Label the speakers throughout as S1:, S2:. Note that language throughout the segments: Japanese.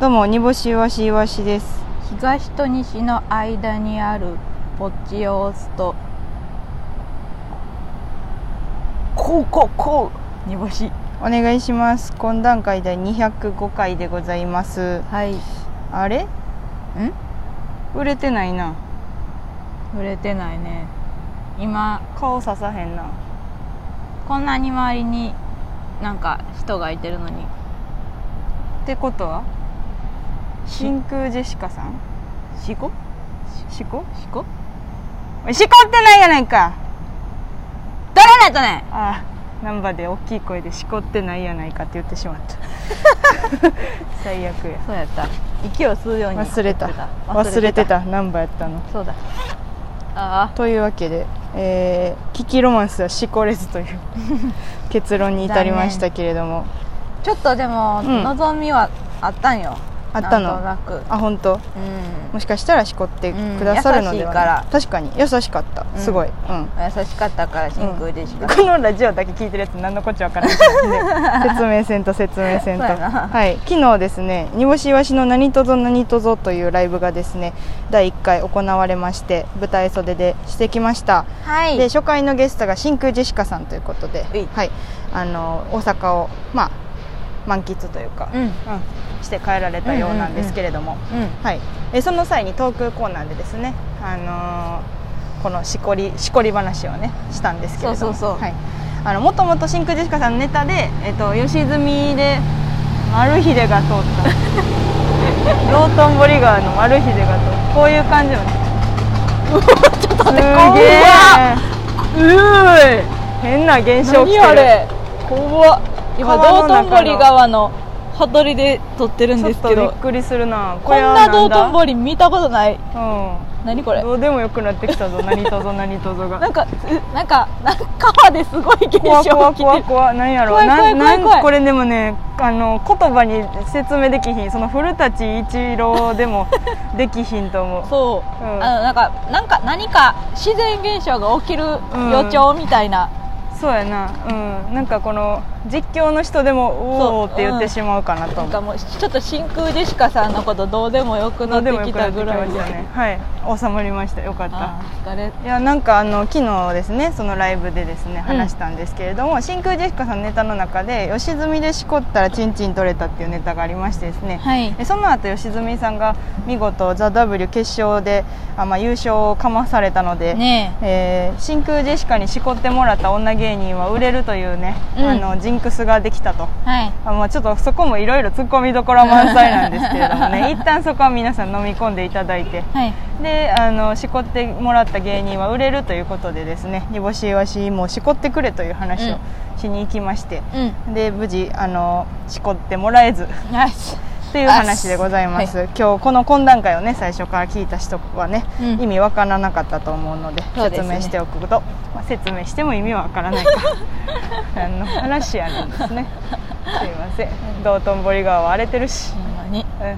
S1: どうも煮干しわしわしです
S2: 東と西の間にあるポッチを押すとこうこうこう煮干し
S1: お願いします懇談会第205回でございます
S2: はい
S1: あれん売れてないな
S2: 触れてないね今
S1: 顔ささへんな
S2: こんなに周りになんか人がいてるのに
S1: ってことは
S2: し
S1: 真空ジェシカさん
S2: しこ
S1: しこ
S2: しこ
S1: おいしこってないやないか
S2: 取れないとね
S1: ああ難波で大きい声でしこってないやないかって言ってしまった 最悪や
S2: そうやった息を吸うように
S1: 忘れた
S2: 言って
S1: 忘れてた難波やったの
S2: そうだあ
S1: というわけで、えー、キキロマンスはしこれず という結論に至りましたけれども
S2: あちょっとでも、
S1: うん
S2: 望みはあったんよ
S1: あった
S2: なんと
S1: の
S2: なく
S1: あ本当
S2: うん
S1: もしかしたらしこってくださるのではない、
S2: うん
S1: 確かに優しかった、
S2: うん
S1: すごい、うん、
S2: 優しかったから真空でしか、
S1: このラジオだけ聞いてるやつ何のこっちゃわからない 説明せんと説明 せんと、
S2: そうやな
S1: はい、昨日ですね「煮干しいわしの何とぞ何とぞ」というライブがですね第1回行われまして舞台袖でしてきました
S2: はい
S1: で初回のゲストが真空ジェシカさんということで
S2: うい、
S1: はい、あの大阪を、まあ、満喫というか、
S2: うんうん
S1: うんして帰られたようなんですけれども、はい、えその際にトークコーナーでですね、あのーこのしこりしこり話をねしたんですけれども
S2: そうそうそう
S1: はい、あのもともと真空ジェシカさんのネタで、えっと吉住で丸秀が通った 道頓堀川の丸秀が通ったこういう感じよねちょっと
S2: 待って
S1: 怖いうーい変な現象起きてる
S2: 怖っ
S1: 今川の中の道頓堀川
S2: のほとりで撮ってる
S1: ちょっとびっくりするなこれはだ
S2: 堀見たことな
S1: う
S2: い
S1: ん
S2: 何これ
S1: どうでもよくなってきたぞ何とぞ何とぞが
S2: んかえなんかなんか川ですごい現
S1: 怖怖怖怖なんやろ
S2: 怖い怖
S1: な
S2: い
S1: んなん
S2: 怖い怖い
S1: これでもねあの言葉に説明できひんその古舘一郎でもできひんと思う
S2: そう、
S1: うん
S2: あのなんかなんか何か自然現象が起きる予兆みたいな、
S1: そうやなうんなんかこの実況の人でも「おお」
S2: そう
S1: って言ってしまうかなと
S2: なん
S1: 思う
S2: かもうちょっと真空ジェシカさんのことどうでもよくな
S1: の
S2: っ
S1: で
S2: て
S1: もよ
S2: き
S1: くな
S2: た
S1: って
S2: ぐ
S1: きま
S2: らい
S1: し
S2: で
S1: たねはい収まりましたよかった
S2: あー疲れ
S1: いやなんかあの昨日ですねそのライブでですね話したんですけれども、真空ジェシカさんのネタの中で「吉住でしこったらチンチン取れた」っていうネタがありましてですね、
S2: はい
S1: でその後良純さんが見事「ザ・ w 決勝であ、まあ、優勝をかまされたので、
S2: ね
S1: えー真空ジェシカにしこってもらった女芸人は売れるというね、
S2: うん
S1: あのジンクスができたと。
S2: えはい
S1: あまあ、ちょっとそこもいろいろ突っ込みどころ満載なんですけれども ね一旦そこは皆さん飲み込んでいただいて
S2: はい
S1: であのしこってもらった芸人は売れるということでですね煮干しいわしもしこってくれという話をしに行きまして、
S2: うん
S1: で無事あのしこってもらえず
S2: ナイス
S1: っていう話でございます、
S2: は
S1: 今日この懇談会をね最初から聞いた人はね、
S2: うん
S1: 意味わからなかったと思うので
S2: そうです
S1: 説
S2: ね
S1: 明しておくと、まあ、説明しても意味はわから ないか何の話やなんですねすいません道頓堀川は荒れてるし、
S2: ほんまに
S1: うん、い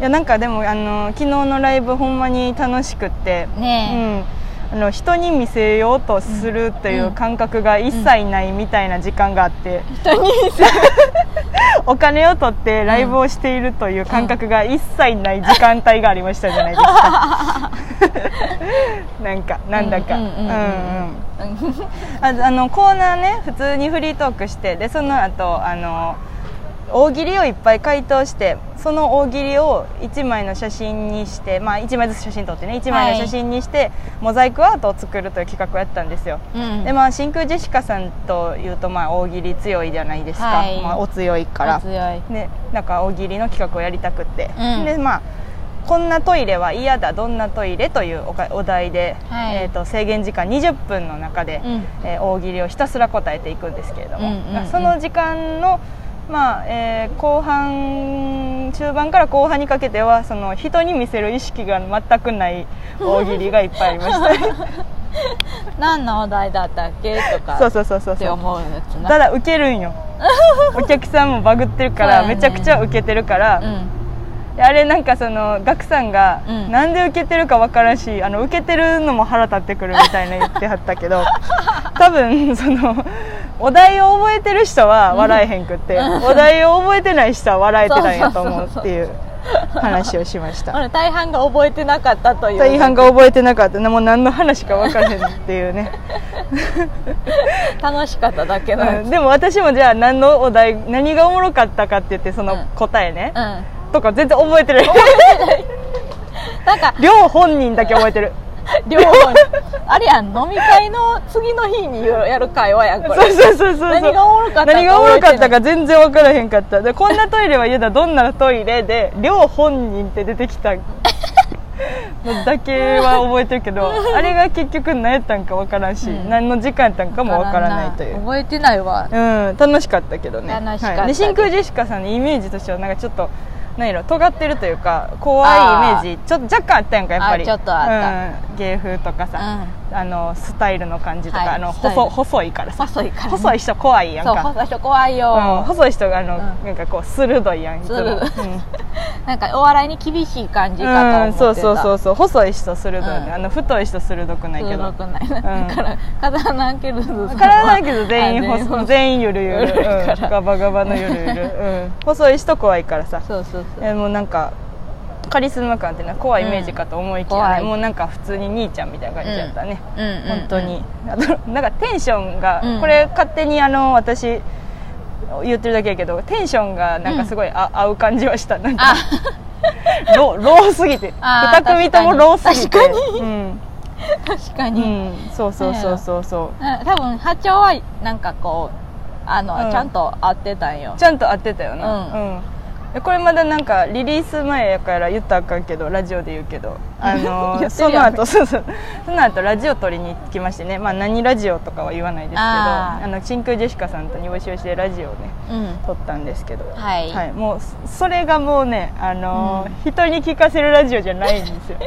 S1: やなんかでもあの昨日のライブほんまに楽しくって、
S2: ね
S1: うん、あの人に見せようとするという感覚が一切ないみたいな時間があって、お金を取ってライブをしているという感覚が一切ない時間帯がありましたじゃないですか なんかなんだか
S2: う
S1: うんん
S2: う
S1: うんん
S2: うんうん
S1: ああのコーナーね普通にフリートークしてでその後あの大喜利をいっぱい回答してその大喜利を1枚の写真にして、まあ、1枚ずつ写真撮ってね1枚の写真にして、モザイクアートを作るという企画をやったんですよ、
S2: うん
S1: でまあ真空ジェシカさんというとまあ大喜利強いじゃないですか、
S2: はい
S1: まあ、お強いから
S2: 強い
S1: ね、なんか大喜利の企画をやりたくって、
S2: うん
S1: でまあこんなトイレは嫌だどんなトイレというおかお題で、
S2: はい
S1: えー、と制限時間20分の中で、
S2: うん
S1: えー大喜利をひたすら答えていくんですけれども、
S2: うんうんうん
S1: その時間の、まあえー後半中盤から後半にかけてはその人に見せる意識が全くない大喜利がいっぱいありま し
S2: 何のお題だったっけと
S1: た
S2: か
S1: そうそうそうそう
S2: っ
S1: そ
S2: て
S1: う
S2: 思うやつな
S1: ただウケるん よお客さんもバグってるか
S2: そ
S1: ら
S2: うやね
S1: めちゃくちゃウケてるから、
S2: うん
S1: あれなんかそのガクさんが、
S2: うん
S1: なんで受けてるか分からんしあの受けてるのも腹立ってくるみたいな言ってはったけど多分そのお題を覚えてる人は笑えへんくって、お題を覚えてない人は笑えてないんやと思うっていう話をしまし
S2: あ
S1: た
S2: の大半が覚えてなかったという
S1: 大半が覚えてなかったもう何の話か分からへんっていうね、
S2: 楽しかっただけのや
S1: う
S2: つ
S1: ん、でも私もじゃあ何のお題何がおもろかったかって言ってその答えね
S2: う、ん
S1: とか全然覚えてない
S2: なんか
S1: 両本人だけ覚えてる
S2: 両方にあれやん飲み会の次の日にやる会話やんこ
S1: そう
S2: れ
S1: そうそうそう
S2: 何がおもろかったか
S1: 何がおもろかったか全然分からへんかったでこんなトイレは言うだどんなトイレで両本人って出てきた のだけは覚えてるけどあれが結局何やったんか分からんし、
S2: うん
S1: 何の時間やったんかも分からないという
S2: 覚えてないわ
S1: うん楽しかったけどね
S2: 楽しかった
S1: はい、で真空ジェシカさんのイメージとしてはなんかちょっと何やろ尖ってるというか怖いイメージちょっと若干あったやんかやっぱり
S2: あちょっとあ
S1: った、うん、芸風とかさ、あのスタイルの感じとか、
S2: はい
S1: あの
S2: スタイル
S1: 細細いからさ
S2: 細いからね
S1: 細い人怖いやん
S2: そう
S1: か
S2: 細い人怖い
S1: うん、
S2: よ
S1: 細い人があの、
S2: う
S1: なんかこう鋭いやんいつも、
S2: 鋭い
S1: うん
S2: なんかお笑いに厳しい感じか
S1: うん、
S2: と
S1: そう
S2: 思ってた
S1: そうそうそう細い人鋭いね、
S2: うん
S1: あの太い人鋭くないけど
S2: 鋭くないだ から体なんけど
S1: 体だけど全員
S2: あ全員
S1: 細
S2: 細
S1: い
S2: い
S1: 全員ゆるゆる、
S2: ゆるいから
S1: うんガバガバのゆるゆる、 うん、細い人怖いからさ
S2: そうそうそう
S1: えもうなんかカリスマ感っていうのは怖いイメージかと思いき
S2: うん
S1: や、ね
S2: 怖い
S1: もうなんか普通に兄ちゃんみたいな感じだったね、
S2: うんうん
S1: 本当に、あと なんかテンションが、
S2: うん
S1: これ勝手にあの私言ってるだけやけどテンションがなんかすごい、あ合う感じはしたなんか
S2: あ
S1: ローローすぎて
S2: あ
S1: 2
S2: ー
S1: 組ともローすぎて
S2: 確かに
S1: うん
S2: 確か
S1: う
S2: に、
S1: ん、そうそうそうそうそう
S2: うん多分波長はなんかこうあの、
S1: うん
S2: ちゃんと合ってたんよ
S1: ちゃんと合ってたよな、うんこれまだなんかリリース前やから言ったらあかんけどラジオで言うけど、あの
S2: 言って
S1: そ
S2: る
S1: の
S2: やん
S1: 後 そうそうその後ラジオ撮りに行きましてね、まあ、何ラジオとかは言わないですけど
S2: あ
S1: あ
S2: ー
S1: の真空ジェシカさんと煮干しよしでラジオをね
S2: うん
S1: 撮ったんですけど、
S2: はい、
S1: もうそそれがもうね、あのー
S2: う
S1: 人に聞かせるラジオじゃないんです よ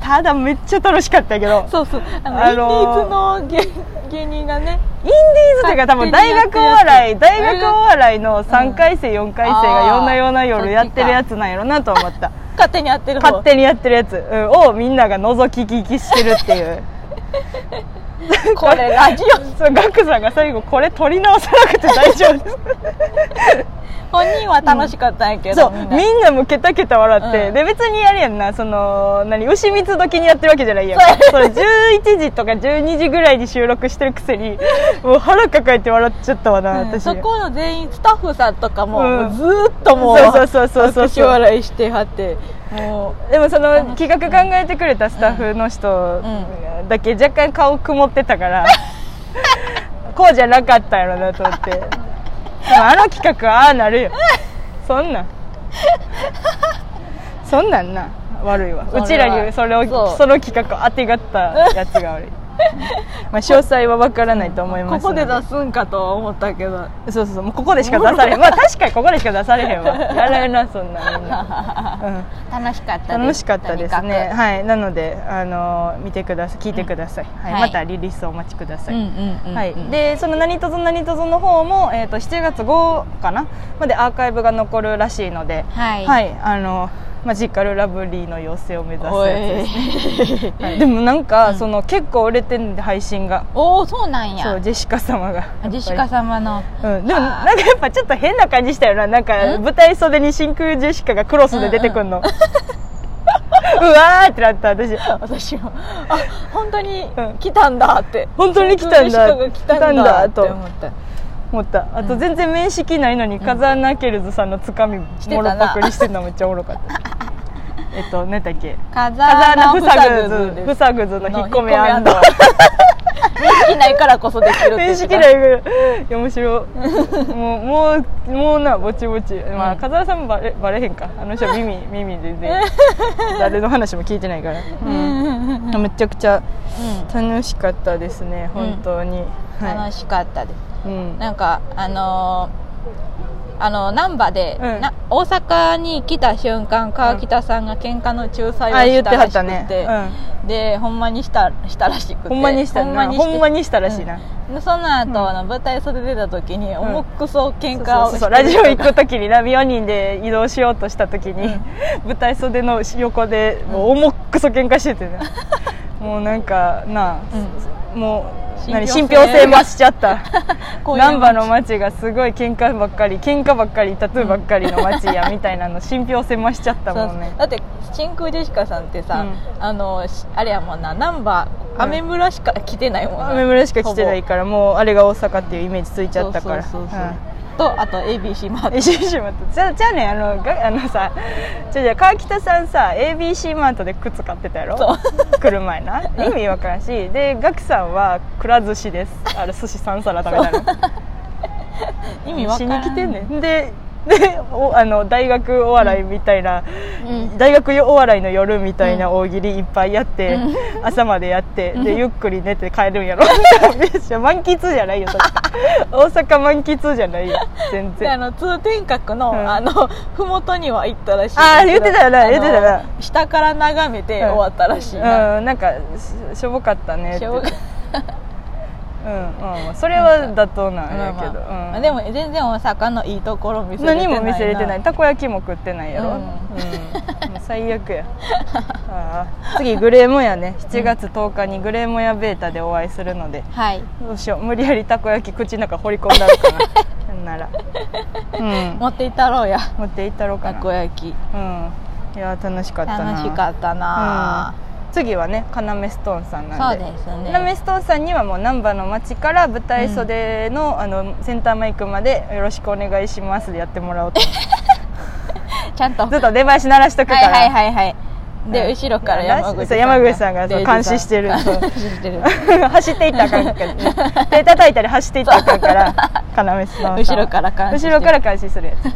S1: ただめっちゃ楽しかったけど
S2: そうそうあの、
S1: あの
S2: インディーズの芸芸人がね
S1: インディーズというか多分大学お笑い大学お笑いの3回生4回生が
S2: あー
S1: 夜な夜な夜やってるやつなんやろなと思った
S2: 勝手に合ってる方
S1: 勝手にやってるやつうんをみんなが覗き聞きしてるっていう
S2: これラジ
S1: そうガクさんが最後これ撮り直さなくて大丈夫で
S2: オ本人は楽しかったんやけ
S1: すそう
S2: ど、みんな
S1: みんなもケタケタ笑って、
S2: うん
S1: で別にあれやんなその何牛三つ時にやってるわけじゃないやんそれ11時とか12時ぐらいに収録してるくせにもう腹抱えて笑っちゃったわな、
S2: うん
S1: 私
S2: そこの全員スタッフさんとかも,、
S1: うん
S2: ずーっともう
S1: そうそうそうそうそう
S2: 拍手笑いしてはっても
S1: でもその企画考えてくれたスタッフの人だけ若干顔曇ってたからこうじゃなかったやろなと思ってでもあの企画はああなるよそんなんそんなんな悪いわ
S2: それは
S1: うちらにそれを
S2: そう
S1: その企画を当てがったやつが 悪い、まあ、詳細は分からないと思いうま
S2: こ
S1: す
S2: こ
S1: の
S2: で出すんかとは思ったけど
S1: そうそうそうもうここでしか出されへんまあ確かにここでしか出されへん わやられなそんなんみんな、うん
S2: 楽しかったです
S1: 楽しかったです
S2: とに
S1: ね
S2: か
S1: はいなのであの見てください聞いてください、はい
S2: はい
S1: またリリースお待ちくだ
S2: く
S1: さ
S2: う
S1: い、
S2: んうんうんうん
S1: はい、でその「何とぞ何とぞ」の方も、えー、と7月号かなまでアーカイブが残るらしいので、
S2: はい、
S1: あのマジカルラブリーの養成を目指す
S2: おい
S1: やつです、はいでもなんか、その結構売れてんで配信が
S2: おおそうなんや
S1: そうジェシカ様が
S2: ジェシカ様の
S1: うん、でもなんかやっぱちょっと変な感じしたよななんか
S2: うん
S1: 舞台袖に真空ジェシカがクロスで出てくんの、う わーってなった私
S2: 私もあ本当に来たんだって、
S1: 本当に来たんだ
S2: ジェシカが来たんだって
S1: 来たん
S2: 思った
S1: 思ったあと全然面識ないのに、カザーナ・ケルズさんのつかみも
S2: してた
S1: ろ
S2: な
S1: パクリしてんのめっちゃおもろかった えっと何だっけ
S2: カザ
S1: カザーナ・フ
S2: ーナ
S1: サグズフ
S2: です
S1: サグズの引っ込めアンド
S2: の引っ面識ないからこそできるって
S1: 面識ないいぐらいいや面白いもうもうもうなぼちぼち、まあ、
S2: うん
S1: 風間さんもバレバレへんかあの人は 耳耳全然誰の話も聞いてないから、うんめちゃくちゃ楽しかったですね本当に、は
S2: 楽しかったです
S1: い、うん、
S2: なんかあのーあの難波で、
S1: うん
S2: な大阪に来た瞬間川北さんが喧嘩の仲裁を
S1: あ言
S2: し
S1: って
S2: た
S1: は
S2: ら
S1: っ
S2: しく
S1: た
S2: て
S1: ね、
S2: でほんまにしたしたらしく
S1: う
S2: て
S1: ん、ほんまにした
S2: ほん
S1: な
S2: まに
S1: ほんまにしたらしいな、
S2: でその後、あの舞台袖出た時に重くそ喧嘩
S1: そ
S2: を
S1: うそう
S2: して
S1: そうラジオ行く時にラビ4人で移動しようとした時に、舞台袖の横でもう重っくそ喧嘩しててねもうなんかなあ、
S2: うん
S1: もう何
S2: 信
S1: 信
S2: 憑
S1: 憑
S2: 性
S1: 性増しちゃった
S2: こういう
S1: 難波の街がすごい喧嘩ばっかり喧嘩ばっかりタトゥーばっかりの街やみたいなの信憑性増しちゃった
S2: そう
S1: もんね
S2: だって真空ジェシカさんってさ、
S1: う
S2: あのしあれやもんなナンバ
S1: う
S2: ー
S1: ん
S2: 雨村しか来てないもんな
S1: 雨村しか来てないからもうあれが大阪っていうイメージついちゃったから
S2: そうそうそうそう
S1: うん
S2: とあと ABC マー ト
S1: えししまったじゃあじゃあねあのがあのさじゃあじゃあ川北さんさ ABC マートで靴買ってたやろ
S2: そう
S1: 来る前な意味わからんしでガクさんはくら寿司ですあれ寿司3皿食べたの
S2: 意味わからん
S1: しに来てんねんででおあの大学お笑いみたいな、
S2: うん
S1: 大学お笑いの夜みたいな大喜利いっぱいやって、
S2: う
S1: 朝までやってでゆっくり寝て帰るんや ろいや満喫じゃないよそれ大阪満喫じゃないよ全
S2: で
S1: 然
S2: あの通天閣の、
S1: うん
S2: あの麓には行ったらしい
S1: あー言ってたよな
S2: あの
S1: 言ってたよな
S2: 下から眺めて
S1: うん
S2: 終わったらしいな、
S1: うん、なんかししょぼかったねって
S2: しょうが
S1: うんうん、それは妥当なんやけど、
S2: まあまあ
S1: うん
S2: でも全然大阪のいいところ見せれてない
S1: 何も見せれてない
S2: な
S1: たこ焼きも食ってないやろ、
S2: う
S1: うん んもう最悪 やああ次グレーモヤね7月10日にグレーモヤベータでお会いするので
S2: はい
S1: どうしよう無理やりたこ焼き口の中掘り込んだのかな なんなら、うん、
S2: 持っていったろうや
S1: 持っていったろうか
S2: た
S1: な
S2: こ焼き
S1: うん、いや楽しかったな
S2: 楽しかったな、
S1: 次はね要ストーンさんな
S2: そ
S1: ん
S2: う
S1: で
S2: ですね
S1: ラメストーンさんにはもう難波の町から舞台袖の,、あのセンターマイクまでよろしくお願いしますでやってもらおうとず
S2: ちゃんと
S1: っと出囃子鳴らしとくか
S2: は
S1: ら
S2: いはいはいはい
S1: う
S2: で、
S1: ん
S2: 後ろから山口
S1: そう山口さんがそう
S2: レイジ
S1: 監視してるそう
S2: 監視してる
S1: 走っていったらあかんから手叩いたり走っていったらあかん から要ストーンさんは
S2: 後ろから監視して
S1: 後ろから監視するやつで、う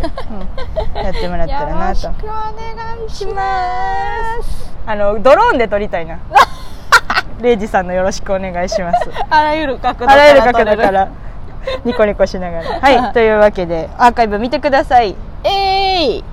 S1: んやってもらったらなと
S2: よろしくお願いします
S1: あのドローンで撮りたい なレイジさんのよろしくお願いします
S2: あらゆる角度
S1: あ
S2: から
S1: らゆる角度
S2: 撮れ
S1: か
S2: る
S1: らニコニコしながらはいというわけでアーカイブ見てください
S2: えい、